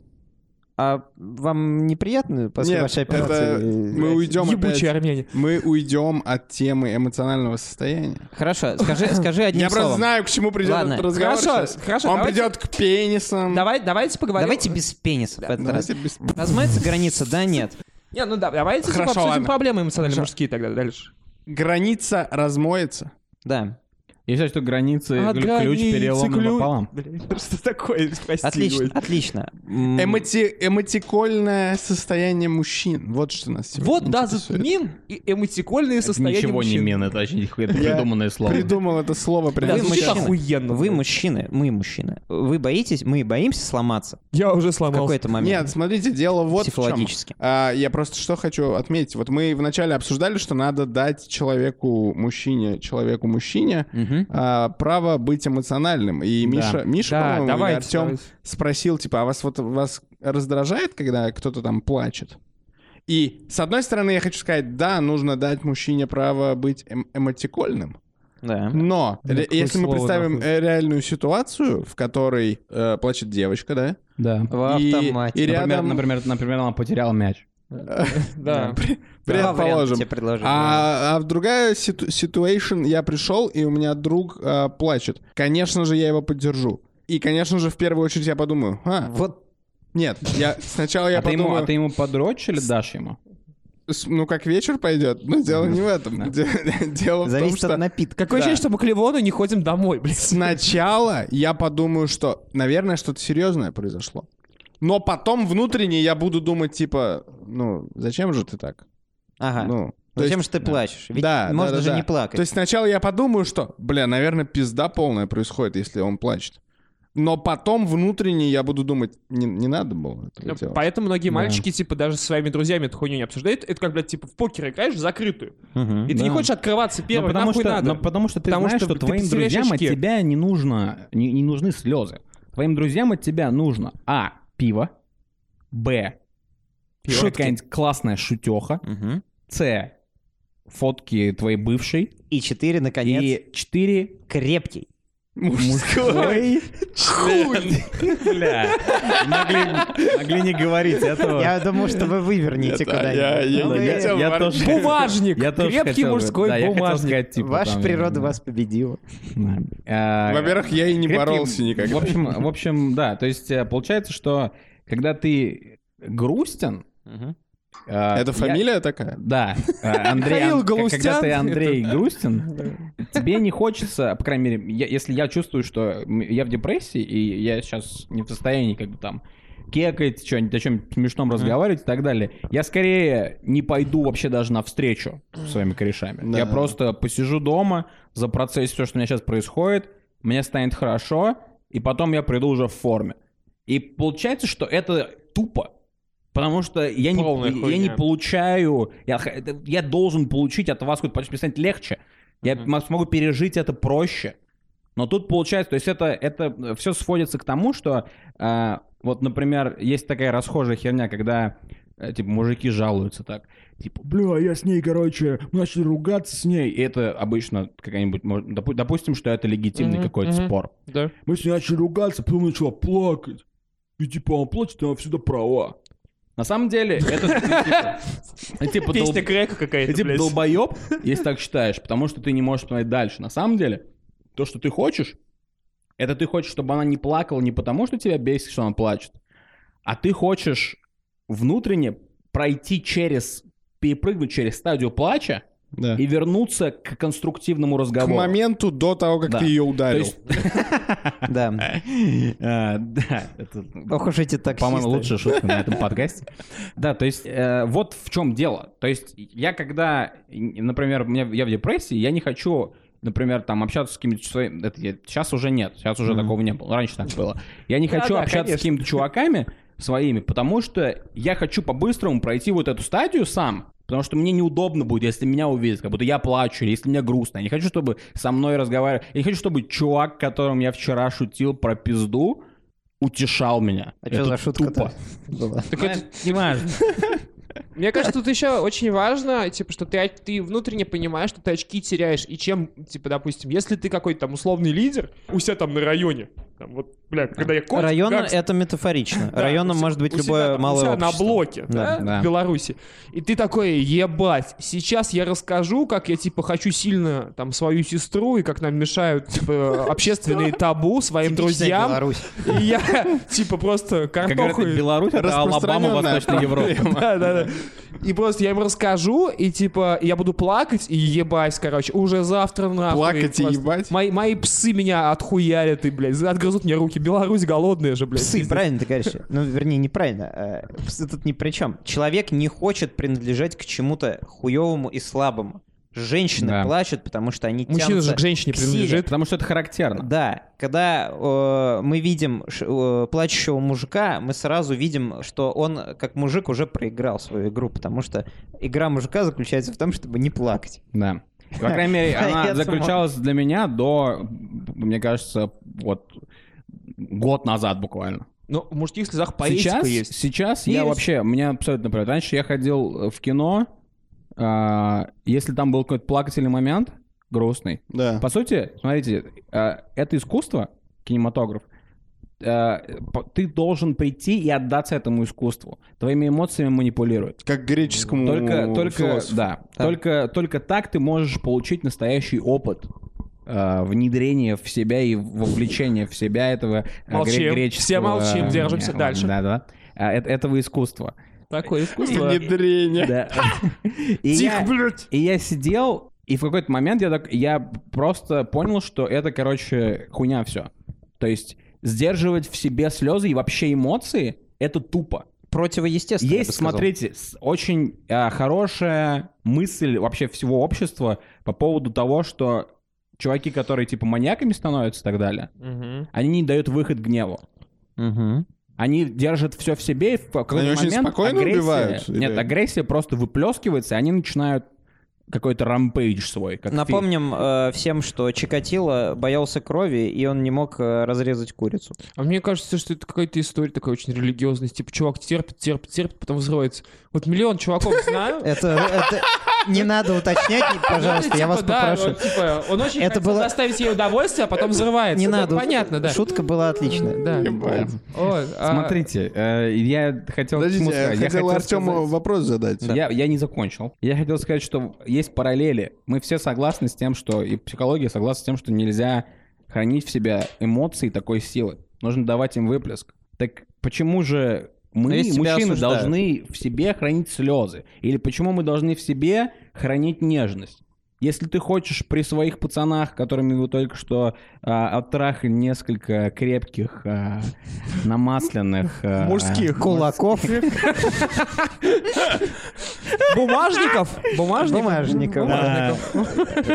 А вам неприятно после
Нет,
вашей
это
операции?
мы уйдем
Ебучие
опять.
армяне.
Мы уйдем от темы эмоционального состояния.
Хорошо, скажи, скажи одним
Я просто
словом.
знаю, к чему придет
Ладно.
этот разговор.
Хорошо,
сейчас.
хорошо,
Он
давайте-
придет к пенисам.
Давай, давайте поговорим.
Давайте без пениса в этот раз.
Давайте без-
Размоется граница, да, нет?
Не, ну да, давайте типа,
Хорошо,
обсудим
ладно.
проблемы эмоциональные мужские тогда дальше.
Граница размоется.
Да.
Я считаю, что границы,
А
гл- ключ
границы,
переломлен
ключ-
пополам.
Блядь, что такое? Спасибо.
Отлично, отлично. М,
Эмоти- Эмотикольное состояние мужчин. Вот что нас сегодня
Вот does it
интересует.
mean и эмотикольные
Это
состояние
Ничего не
мужчин.
мин, это очень хуй- это
Я
придуманное слово.
Придумал это слово
Да,
прямо
Да,
Вы
звучит
сейчас.
мужчины.
охуенно.
Вы
блядь.
мужчины, мы мужчины. Вы боитесь, мы боимся сломаться
Я уже
в
сломался.
какой-то момент.
Нет, смотрите, дело вот в чем.
психологически.
А, я просто что хочу отметить. Вот мы вначале обсуждали, что надо дать человеку, мужчине, человеку, мужчине
Мгм.
а, право быть эмоциональным. И Миша, Миша,
Да,
по-моему, или
давайте,
Артём
давайте.
спросил, типа, а вас вот вас раздражает, когда кто-то там плачет? И с одной стороны, я хочу сказать, да, нужно дать мужчине право быть эм- эмотикольным.
Да.
Но
Да
ре-
какое
если мы
слово,
представим
нахуй.
э, реальную ситуацию, в которой э, плачет девочка, да?
Да.
В
и-
автомате.
Например,
и рядом-
например, например, она потеряла мяч.
Да.
Два варианта
типа
Предположим.
тебе предложили.
А, а в другая ситуация, я пришел, и у меня друг э, плачет. Конечно же, я его поддержу. И, конечно же, в первую очередь я подумаю, а,
Вот
нет, я сначала я
А ты, ему,
подумаю,
а ты ему подрочь или дашь ему?
«С- ну как вечер пойдет, но дело не в этом. Де- [laughs] Дело в том,
зависит от
что
напитка.
Какое ощущение, что мы к Ливону не ходим домой, блядь.
сначала я подумаю, что, наверное, что-то серьезное произошло. Но потом внутренне я буду думать, типа, ну, зачем же ты так?
Ага.
Ну, то есть-
А, Зачем же ты плачешь? Ведь
Да, да,
можно
да,
же
да.
не плакать.
То есть сначала я подумаю, что, бля, наверное, пизда полная происходит, если он плачет. Но потом внутренне я буду думать, не, не надо было этого делать.
Ну, Поэтому многие
Да.
мальчики, типа, даже со своими друзьями эту хуйню не обсуждают. Это как, блядь, типа, в покер играешь в закрытую.
Мгм.
И ты не
Да.
хочешь открываться
Ну,
первым,
потому
нахуй
что,
надо.
ну, потому что ты
Потому
знаешь,
что
что,
ты
твоим
потеряешь
друзьям
очки.
от тебя не нужно, не, не нужны слезы. Твоим друзьям от тебя нужно а пиво, б
Пиво.
какая-нибудь классная шутеха,
Мгм.
с фотки твоей бывшей.
И четыре, наконец,
И четыре
крепкий.
мужской Бля. Могли могли не говорить этого.
Я думаю, что вы вывернете
Нет, а я-
куда-нибудь.
я не
Вы-
хотел.
Я тоже
Бумажник!
[laughs] я тоже
Крепкий
хотел бы-
мужской
да, я хотел
бумажник.
сказать, типа,
Ваша
там,
природа вас победила.
А,
Во-первых, я и не
крепкий-
боролся никогда.
В общем, в общем, да, то есть э, получается, что когда ты грустен... э,
Это
я-
фамилия такая?
Да, э, Андрей,
Михаил
Ан- к- когда
Галустян. [laughs]
ты Андрей грустен, тебе не хочется, по крайней мере, я- если я чувствую, что м- я в депрессии, и я сейчас не в состоянии как бы там кекать, что-нибудь, о чем-нибудь смешном разговаривать и так далее, я скорее не пойду вообще даже навстречу со своими корешами.
Да.
Я просто посижу дома, запроцессию все, что у меня сейчас происходит, мне станет хорошо, и потом я приду уже в форме. И получается, что это тупо. Потому что я не,
Полная
я
хуйня.
не получаю, я, х- это- я должен получить от вас какую-то поддержку, мне станет легче. Я м- смогу пережить это проще. Но тут получается, то есть это, это все сводится к тому, что а, вот, например, есть такая расхожая херня, когда э, типа мужики жалуются так, типа, бля, я с ней, короче, мы начали ругаться с ней. И это обычно какая-нибудь, может, допу- допустим, что это легитимный
Мгм,
какой-то
мгм.
спор.
Да.
Мы с ней начали ругаться, а потом начала плакать. И типа, она плачет, она всегда права.
На самом деле, это типа, типа долб-
Песня Крека
Ты
какая-то,
типа
блядь.
долбоеб, если так считаешь, потому что ты не можешь смотреть дальше. На самом деле, то, что ты хочешь, это ты хочешь, чтобы она не плакала не потому, что тебя бесит, что она плачет, а ты хочешь внутренне пройти через, перепрыгнуть через стадию плача
Да.
и вернуться к конструктивному
К
разговору.
моменту до того, как
Да.
ты ее
То
ударил.
есть- [laughs]
Да.
А, Да, это
Ох уж эти таксисты.
По-моему, лучшая шутка на этом подкасте. Да, то есть э, вот в чем дело. То есть я когда, например, у меня- я в депрессии, я не хочу, например, там общаться с какими-то своими... Сейчас уже нет, сейчас уже такого не было. Раньше так было. Я не хочу
Да-да,
общаться с
конечно.
какими-то чуваками своими, потому что я хочу по-быстрому пройти вот эту стадию сам, потому что мне неудобно будет, если меня увидят, как будто я плачу, или если мне грустно. Я не хочу, чтобы со мной разговаривали. Я не хочу, чтобы чувак, которым я вчера шутил про пизду, утешал меня.
А что
Это
за шутка-то
тупо.
была?
Так это-
Не
[laughs]
важно.
Мне кажется, тут еще очень важно, типа, что ты, оч- ты внутренне понимаешь, что ты очки теряешь. И чем, типа, допустим, если ты какой-то там условный лидер, у себя там на районе, там, вот, бля, когда я котик,
А, Район —
гангстер,
это метафорично.
Да,
Районом
у се-
может быть
у
любое
себя- у
малое
себя на
общество.
блоке, да,
Да.
в Беларуси. И ты такой, ебать, сейчас я расскажу, как я, типа, хочу сильно, там, свою сестру, и как нам
[laughs]
мешают, типа, общественные табу своим
Типичная
друзьям.
Беларусь.
И я, типа, просто
Как говорят,
картоху...
Беларусь — это Алабама
Распространенная
Восточной
[laughs]
Европы.
Да, да, да. И просто я им расскажу, и типа, я буду плакать и ебать, короче, уже завтра нахуй.
Плакать и
Просто
ебать?
Мои, мои псы меня отхуярят и, блядь, отгрызут мне руки. Беларусь голодная же, блядь.
Псы, правильно ты говоришь. Ну, вернее, неправильно. Э, Псы тут ни при чем. Человек не хочет принадлежать к чему-то хуевому и слабому. Женщины
Да.
плачут, потому что они
Мужчина
тянутся
же к женщине
к силе.
принадлежит.
Потому что это характерно.
Да, когда э, мы видим ш- э, плачущего мужика, мы сразу видим, что он, э, как мужик, уже проиграл свою игру, потому что игра мужика заключается в том, чтобы не плакать.
Да. По
[laughs]
крайней мере, она
Поэтому-
заключалась для меня до, мне кажется, вот год назад буквально.
Но Ну, в мужских слезах поэтика
Сейчас,
есть.
сейчас я
Есть.
вообще, мне абсолютно плевать. Раньше я ходил э, в кино, а, если там был какой-то плакательный момент, грустный,
Да.
По сути, смотрите, э, это искусство, кинематограф. э, по- Ты должен прийти и отдаться этому искусству. Твоими эмоциями манипулируют.
Как греческому
Только,
Ну,
только,
философу.
да,
Да.
только, только так ты можешь получить настоящий опыт э, внедрения в себя и вовлечения в себя этого э, гре-
Молчим.
греческого.
Все молчим,
э,
держимся
э,
дальше.
Да-да. Э, э- Этого искусства.
Такое искусство. [laughs]
Внедрение.
Да. И я- И я сидел, и в какой-то момент я так, я просто понял, что это, короче, хуйня все. То есть сдерживать в себе слезы и вообще эмоции это тупо.
Противоестественно. я бы
Есть,
сказал.
смотрите, с- очень э, хорошая мысль вообще всего общества по поводу того, что чуваки, которые типа маньяками становятся и так далее,
Мгм.
они не дают выход гневу.
Мгм.
Они держат все в себе, и в какой-то
Они очень
момент
спокойно
агрессия,
убивают, или-
нет, агрессия просто выплескивается, и они начинают какой-то рампейдж свой. Как ты.
Напомним э, всем, что Чикатило боялся крови, и он не мог э, разрезать курицу.
А мне кажется, что это какая-то история такая очень религиозная. Типа, чувак терпит, терпит, терпит, потом взрывается. Вот миллион чуваков знаю.
Это, это- Не надо уточнять, не- пожалуйста, я вас
Типа, да,
попрошу.
вот, типа, Он очень
Это
хотел
было-
доставить ей удовольствие, а потом взрывается.
Не
Ну,
надо.
Понятно, да.
Шутка была отличная.
Да.
Ебать.
Вот, а-
Смотрите, э, я хотел... к чему
Подождите, я
сказать.
хотел Артему
сказать-
вопрос задать.
Я, я не закончил. Я хотел сказать, что есть параллели. Мы все согласны с тем, что и психология согласна с тем, что нельзя хранить в себе эмоции такой силы. Нужно давать им выплеск. Так почему же мы,
Но если тебя
мужчины,
осуждают.
должны в себе хранить слезы? Или почему мы должны в себе хранить нежность? Если ты хочешь при своих пацанах, которыми вы только что а, оттрахали несколько крепких, а, [laughs] намасленных... а,
Мужских.
Кулаков,
Бумажников? Бумажников?
бумажников.
А,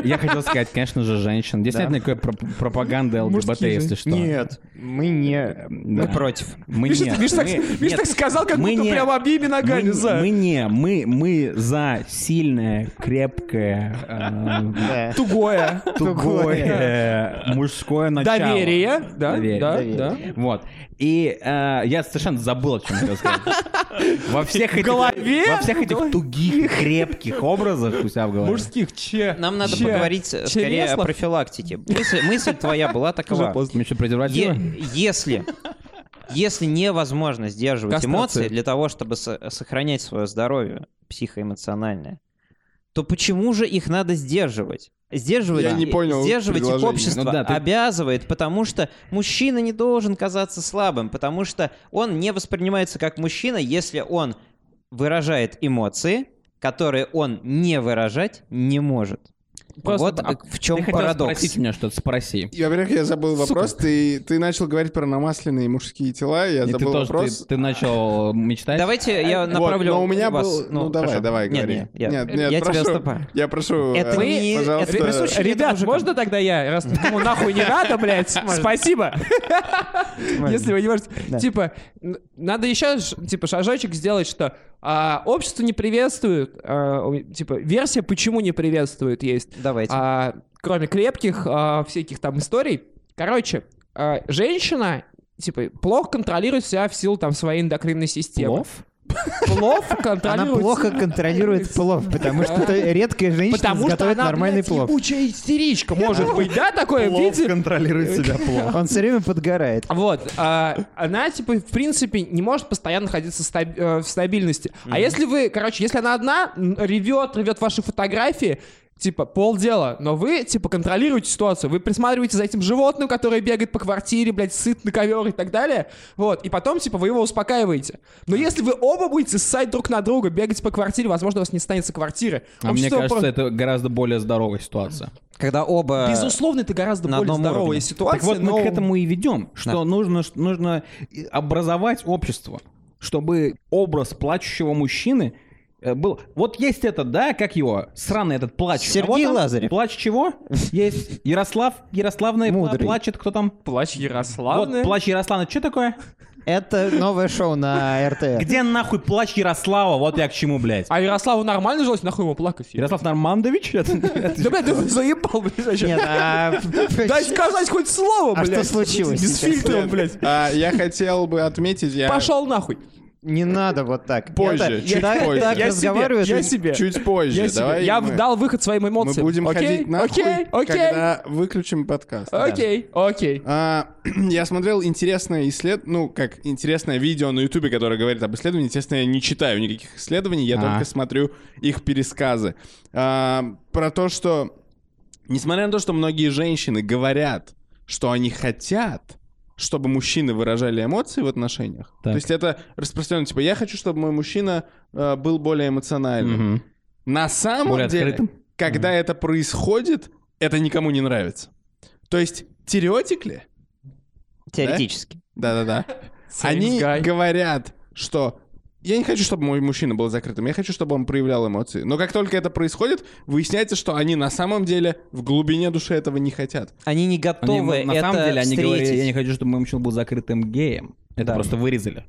Я хотел сказать, конечно же, женщин. Здесь нет никакой проп- пропаганды ЛГБТ,
Мужские
если что.
Нет, мы не...
Да.
Мы против.
Мы
Миша,
не.
Миша так,
Мы-
Миша
нет.
так сказал, как
Мы
будто
не-
прямо обеими ногами
мы,
за.
мы не, мы, мы за сильное, крепкое, э,
Да.
Тугое.
тугое мужское начало.
Доверие. Да,
Доверие.
да,
Доверие.
да.
Вот. И э, я совершенно забыл, о чем я хотел сказать. Во всех этих,
голове?
во всех этих тугих, крепких образах у себя в голове.
Мужских че.
Нам надо
Че?
поговорить э, скорее о
Череслов?
профилактике. Мысль, мысль твоя была такова.
Мы что, презервативы?
Е- если, если невозможно сдерживать
Кастрация.
эмоции для того, чтобы со- сохранять свое здоровье психоэмоциональное, то почему же их надо сдерживать? Сдерживать,
Я не понял
сдерживать их
предложение.
общество
Ну да, ты-
обязывает, потому что мужчина не должен казаться слабым, потому что он не воспринимается как мужчина, если он выражает эмоции, которые он не выражать не может.
Просто-
вот а, в
Ты
чем
хотел
парадокс.
спросить меня что-то, спроси.
И, Во-первых, я забыл вопрос. Ты, ты начал говорить про намасленные мужские тела. Я
И ты
забыл
тоже, ты-
вопрос.
ты, начал мечтать?
Давайте я
Вот,
направлю
но у меня
вас-
был... Ну, давай,
хорошо.
давай,
Нет,
говори.
нет, я,
Нет, нет,
я тебя
прошу.
уступаю.
Я прошу,
Это
э,
не- это
пожалуйста.
присуще- Слушай, ребят,
Ребят,
мужикам.
можно тогда я? Раз ему нахуй не надо, блядь, спасибо. Если вы не можете.
Да.
Типа, н- надо еще, ш- типа, шажочек сделать, что а, общество не приветствует, а, у- типа, версия «почему не приветствует» есть.
Давайте.
А, кроме крепких а, всяких там историй. Короче, а, женщина, типа, плохо контролирует себя в силу там своей эндокринной системы.
Плов?
Плохо
[laughs] Она
контролирует...
плохо контролирует плов, потому что это редкая женщина
Потому что
готовит
она,
нормальный
блядь,
плов.
ебучая истеричка, может быть, да, такое видите?
контролирует себя плохо.
Он все время подгорает.
Вот, а, она, типа, в принципе, не может постоянно находиться стаб- э, в стабильности. А если вы, короче, если она одна, м, ревет, ревет ваши фотографии, типа, полдела, но вы, типа, контролируете ситуацию, вы присматриваете за этим животным, которое бегает по квартире, блядь, сыт на ковер и так далее, вот, и потом, типа, вы его успокаиваете. Но если вы оба будете ссать друг на друга, бегать по квартире, возможно, у вас не останется квартиры.
А мне
Общество
кажется,
про-
это гораздо более здоровая ситуация.
Когда оба...
Безусловно, это гораздо
на
более
одном
здоровая
уровне.
ситуация,
так вот мы
ну,
но-
к этому и ведем, что нужно, ш- нужно и образовать общество, чтобы образ плачущего мужчины э, был... Вот есть этот, да, как его? Сраный этот плач.
Сергей
Кого там?
Лазарев.
Плач чего? Есть Ярослав. Ярославный
Мудрый.
плачет. Кто там?
Плач Ярославны.
Вот, плач Ярославна. Что такое?
Это новое шоу на РТ.
Где нахуй плач Ярослава? Вот я к чему, блядь.
А Ярославу нормально жилось, нахуй ему плакать?
Ярослав
[laughs]
Нормандович?
Да, [laughs] блядь, ты заебал, блядь, вообще.
Нет,
[laughs]
а...
Дай сказать хоть слово,
А
блядь.
что случилось
Без
сейчас?
фильтра,
Нет,
блядь.
а, я хотел бы отметить, я
Пошел нахуй.
Не надо вот так.
Позже,
Это-
чуть
так-
позже.
Так
Я
разговаривают.
Я себе.
чуть позже.
Я
Давай
себе. Я
мы,
дал выход своим
мы
эмоциям.
будем
Окей,
ходить нахуй,
Окей, окей.
когда выключим подкаст.
Окей, окей.
А, [clears throat] я смотрел интересное исслед... ну, как интересное видео на Ютубе, которое говорит об исследовании. Естественно, я не читаю никаких исследований, я
А.
только смотрю их пересказы. А, про то, что, несмотря на то, что многие женщины говорят, что они хотят, чтобы мужчины выражали эмоции в отношениях.
Так.
То есть это распространено. Типа, я хочу, чтобы мой мужчина э, был более эмоциональным.
Мгм.
На самом
Более
деле,
открытым?
когда это происходит, это никому не нравится. То есть теоретик ли?
Теоретически.
Да-да-да. Они
guy.
говорят, что я не хочу, чтобы мой мужчина был закрытым, я хочу, чтобы он проявлял эмоции. Но как только это происходит, выясняется, что они на самом деле в глубине души этого не хотят.
Они не
Они,
готовы
на самом деле
это
они говорили, я не
встретить.
хочу, чтобы мой мужчина был закрытым геем. Это
Да.
просто вырезали.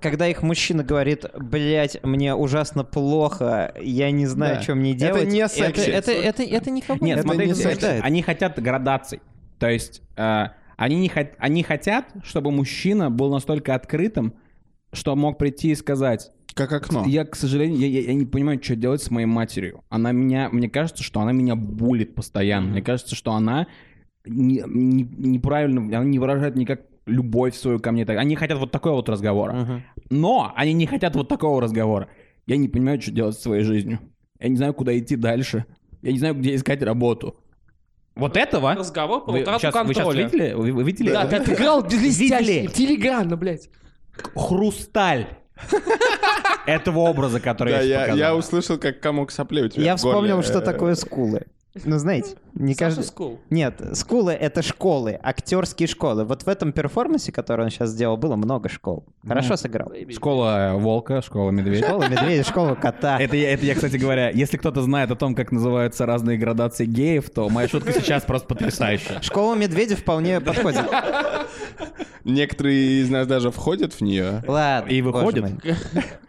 Когда их мужчина говорит, блять, мне ужасно плохо, я не знаю,
Да.
что мне
Это
делать.
не
Это,
секси.
это, это, это никого
Нет,
не
смотрите,
не секс.
возбуждает.
они хотят градаций. То есть э, они, не хот- они хотят, чтобы мужчина был настолько открытым, что мог прийти и сказать,
Как окно.
я, к сожалению, я, я- я не понимаю, что делать с моей матерью. Она меня, мне кажется, что она меня булит постоянно. Мне кажется, что она не- не- неправильно, она не выражает никак любовь свою ко мне. Так- Они хотят вот такого вот разговора. Но они не хотят вот такого разговора. Я не понимаю, что делать со своей жизнью. Я не знаю, куда идти дальше. Я не знаю, где искать работу. Вот этого...
Разговор по
Вы
утрату
сейчас,
контроля.
видели? Вы, вы видели?
Да, ты отыграл блестяще.
Видели?
Филигранно, ну, блядь.
Хрусталь. Этого образа, который
Да,
я, сейчас
я,
показал.
я услышал, как комок соплей у тебя
Я
в горле.
вспомнил, что
Э,
такое скулы. Ну, знаете, не
Саша
каждый...
Скул.
Нет, скулы — это школы, актерские школы. Вот в этом перформансе, который он сейчас сделал, было много школ. Хорошо сыграл.
Школа волка, школа медведя.
Школа медведя, школа кота.
Это я, это я, кстати говоря, если кто-то знает о том, как называются разные градации геев, то моя шутка сейчас просто потрясающая.
Школа медведя вполне подходит.
Некоторые из нас даже входят в нее.
Ладно.
И
боже
выходит.
мой.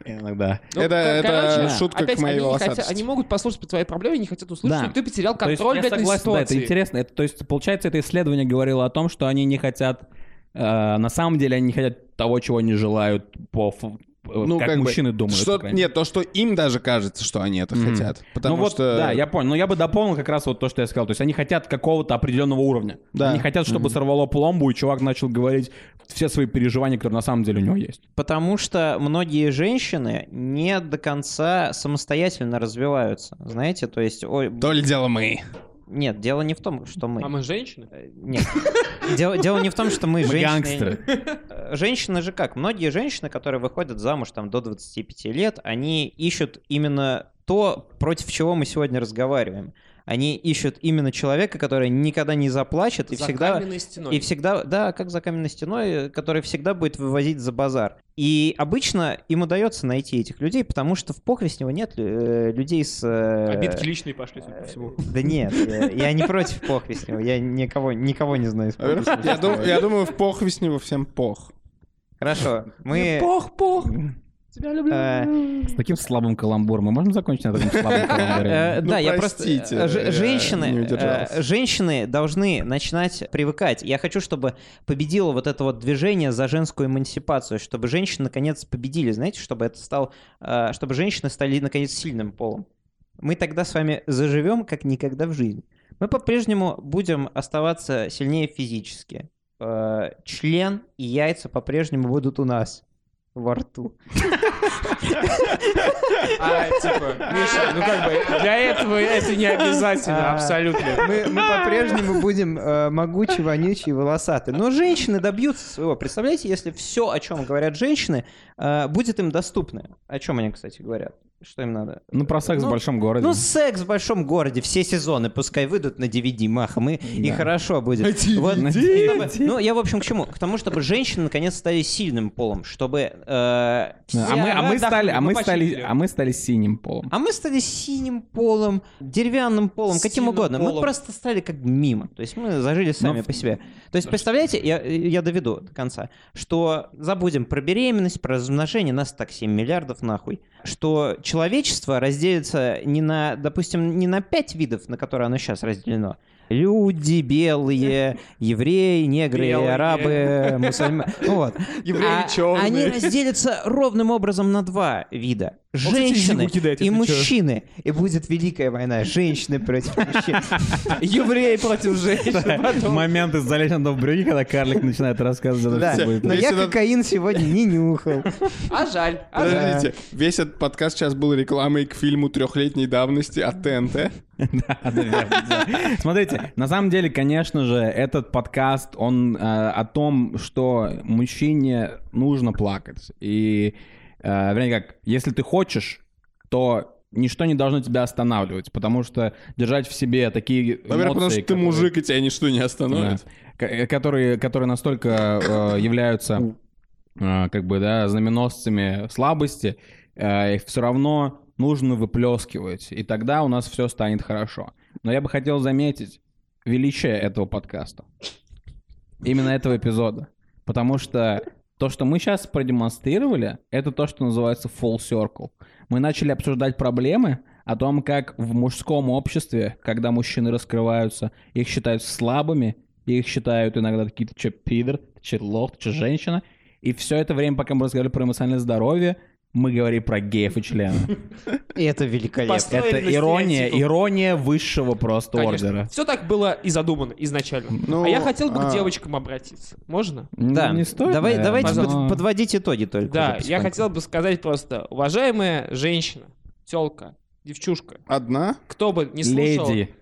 Иногда.
Ну,
это
кор-
это
короче,
шутка
опять
к моей
они, не хотят-
волосатости.
они могут послушать по твоей проблеме, не хотят услышать,
Да.
что ты потерял
То есть
контроль,
я
блядь, на
согласен, да, это
ситуации.
интересно. Это, то есть, получается, это исследование говорило о том, что они не хотят... э, на самом деле они не хотят того, чего не желают по... ф- э, как,
Ну, бы,
мужчины думают.
Что,
по крайней мере.
нет, то, что им даже кажется, что они это
Мгм.
хотят. Потому
ну вот,
что...
да, я понял. Но я бы дополнил как раз вот то, что я сказал. То есть они хотят какого-то определенного уровня.
Да.
Они хотят, чтобы сорвало пломбу, и чувак начал говорить все свои переживания, которые на самом деле у него есть.
Потому что многие женщины не до конца самостоятельно развиваются. Знаете, то есть... ой,
То ли дело мы.
Нет, дело не в том, что мы...
А мы женщины?
Э, Нет. Дело, дело не в том, что мы
Мы
женщины.
гангстеры.
Э, Женщины же как? Многие женщины, которые выходят замуж там до 25 лет, они ищут именно то, против чего мы сегодня разговариваем. Они ищут именно человека, который никогда не заплачет и
За
всегда...
каменной стеной.
И всегда, да, как за каменной стеной, э, который всегда будет вывозить за базар. И обычно им удается найти этих людей, потому что в Похвестнево нет э, людей с... э,
Обидки личные пошли, судя по всему.
да нет, я, я не против Похвестнева, я никого, никого не
[laughs]
знаю из Похвестнева.
Я, дум- я думаю, в пох него всем пох.
Хорошо, мы...
Пох-пох. Тебя люблю.
э,
С таким слабым каламбуром. Мы можем закончить на таком слабом
э,
[laughs]
каламбуре?
Да, я просто...
ну, простите,
э, ж-
я не
Женщины,
удержался.
э, женщины должны начинать привыкать. Я хочу, чтобы победило вот это вот движение за женскую эмансипацию, чтобы женщины наконец победили, знаете, чтобы это стал... э, Чтобы женщины стали наконец сильным полом. Мы тогда с вами заживем, как никогда в жизни. Мы по-прежнему будем оставаться сильнее физически. Э, Член и яйца по-прежнему будут у нас во рту.
А, типа, Миша, ну как бы, для этого это не обязательно,
А.
абсолютно.
Мы, мы по-прежнему будем э, могучи, вонючие, волосаты. Но женщины добьются своего. Представляете, если все, о чем говорят женщины, э, будет им доступно. О чем они, кстати, говорят? Что им надо?
Ну, про секс в
Ну,
большом городе.
Ну, секс в большом городе, все сезоны, пускай выйдут на DVD махом, и, и
Да.
хорошо будет. Вот, чтобы- ну, я, в общем, к чему? К тому, чтобы женщины наконец стали сильным полом, чтобы... э,
Да,
все-
А мы, а мы
Да,
стали, а мы
почти
стали,
были.
а мы стали синим полом.
А мы стали синим полом, деревянным полом, каким
Синим
угодно. Мы
полом.
просто стали как мимо. То есть мы зажили сами по себе. То есть, представляете, я, я доведу до конца, что забудем про беременность, про размножение, нас так 7 миллиардов нахуй, что человечество разделится не на, допустим, не на 5 видов, на которые оно сейчас разделено. Люди,
[laughs]
белые, евреи, негры,
Белые.
арабы, мусульмане. Ну Вот.
[laughs] Евреи
А
черные.
Они разделятся ровным образом на два вида.
кстати,
Женщины
зигу кидает,
и
если чё.
мужчины. И будет великая война. Женщины против мужчин.
Евреи против
[laughs]
женщин. потом.
Момент из «Залеченного брюки», когда карлик начинает рассказывать.
Да,
Всё,
но
весь
я
этот-
кокаин сегодня не нюхал.
А жаль, а жаль.
Подождите, весь этот подкаст сейчас был рекламой к фильму трехлетней давности от ТНТ.
Смотрите, на самом деле, конечно же, этот подкаст, он э, о том, что мужчине нужно плакать. И, э, вернее, как, если ты хочешь, то ничто не должно тебя останавливать, потому что держать в себе такие
Во-первых, потому
эмоции,
что ты
которые-
мужик, и тебя ничто не
Да.
остановит.
К- которые, которые настолько э, являются э, как бы, да, знаменосцами слабости, э, их все равно нужно выплескивать, и тогда у нас все станет хорошо. Но я бы хотел заметить величие этого подкаста, именно этого эпизода, потому что то, что мы сейчас продемонстрировали, это то, что называется full circle. Мы начали обсуждать проблемы о том, как в мужском обществе, когда мужчины раскрываются, их считают слабыми, их считают иногда какие-то че пидор, че лох, че женщина. И все это время, пока мы разговаривали про эмоциональное здоровье, мы говорили про геев и члены.
И это великолепно.
Это ирония, ирония высшего просто ордера.
Все так было и задумано изначально.
Ну,
а я хотел бы
а.
к девочкам обратиться. Можно?
Да.
Ну, Не стоит,
Давай,
наверное.
давайте под-
Но-
подводить итоги только.
Да,
уже
я
потихоньку.
хотел бы сказать просто, уважаемая женщина, телка, девчушка,
Одна?
кто бы не слушал...
Леди.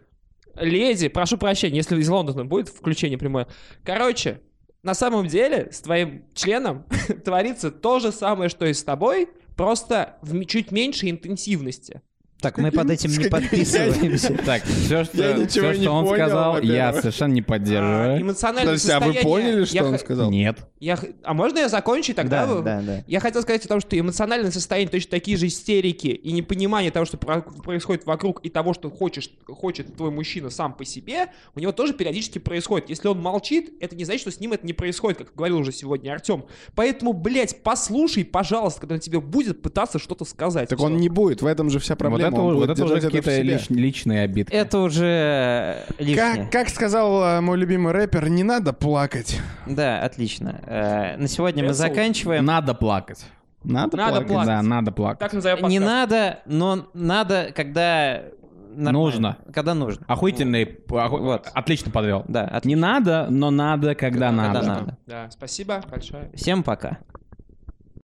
Леди, прошу прощения, если из Лондона будет включение прямое. Короче, на самом деле с твоим членом [laughs] творится то же самое, что и с тобой, просто в м- чуть меньшей интенсивности.
Так, мы под этим не подписываемся.
Так, все, что,
Я
всё,
ничего не
что он
понял,
сказал, я
во-первых.
совершенно не
А,
поддерживаю.
эмоциональное
Подождите, а вы
состояние...
поняли,
я
что он
х-
сказал?
Нет.
я х- А можно я закончу, и тогда
Да,
вы...
да, да.
Я хотел сказать о том, что эмоциональное состояние точно такие же истерики и непонимание того, что про- происходит вокруг, и того, что хочешь, хочет твой мужчина сам по себе, у него тоже периодически происходит. Если он молчит, это не значит, что с ним это не происходит, как говорил уже сегодня Артем. Поэтому, блядь, послушай, пожалуйста, когда он тебе будет пытаться что-то сказать.
Так
Всё.
он не будет, в этом же вся
Вот
проблема.
это,
он
у- вот
будет
это уже
держать в
какие-то
себе.
лич- личные обидки.
Это уже э, лишнее.
Как, как сказал э, мой любимый рэпер, не надо плакать.
Да, отлично. Э, На сегодня мы
Cancel.
заканчиваем.
Надо плакать. Надо,
Надо плакать.
Да, надо плакать.
Так назовем
Э, Не
подкаст.
надо, но надо, когда... нормально.
Нужно.
Когда нужно.
Охуительный, п- оху-
Вот.
отлично подвел.
Да, от-
Не надо, но надо,
а
когда,
Когда
надо.
надо.
Да, спасибо большое.
Всем пока.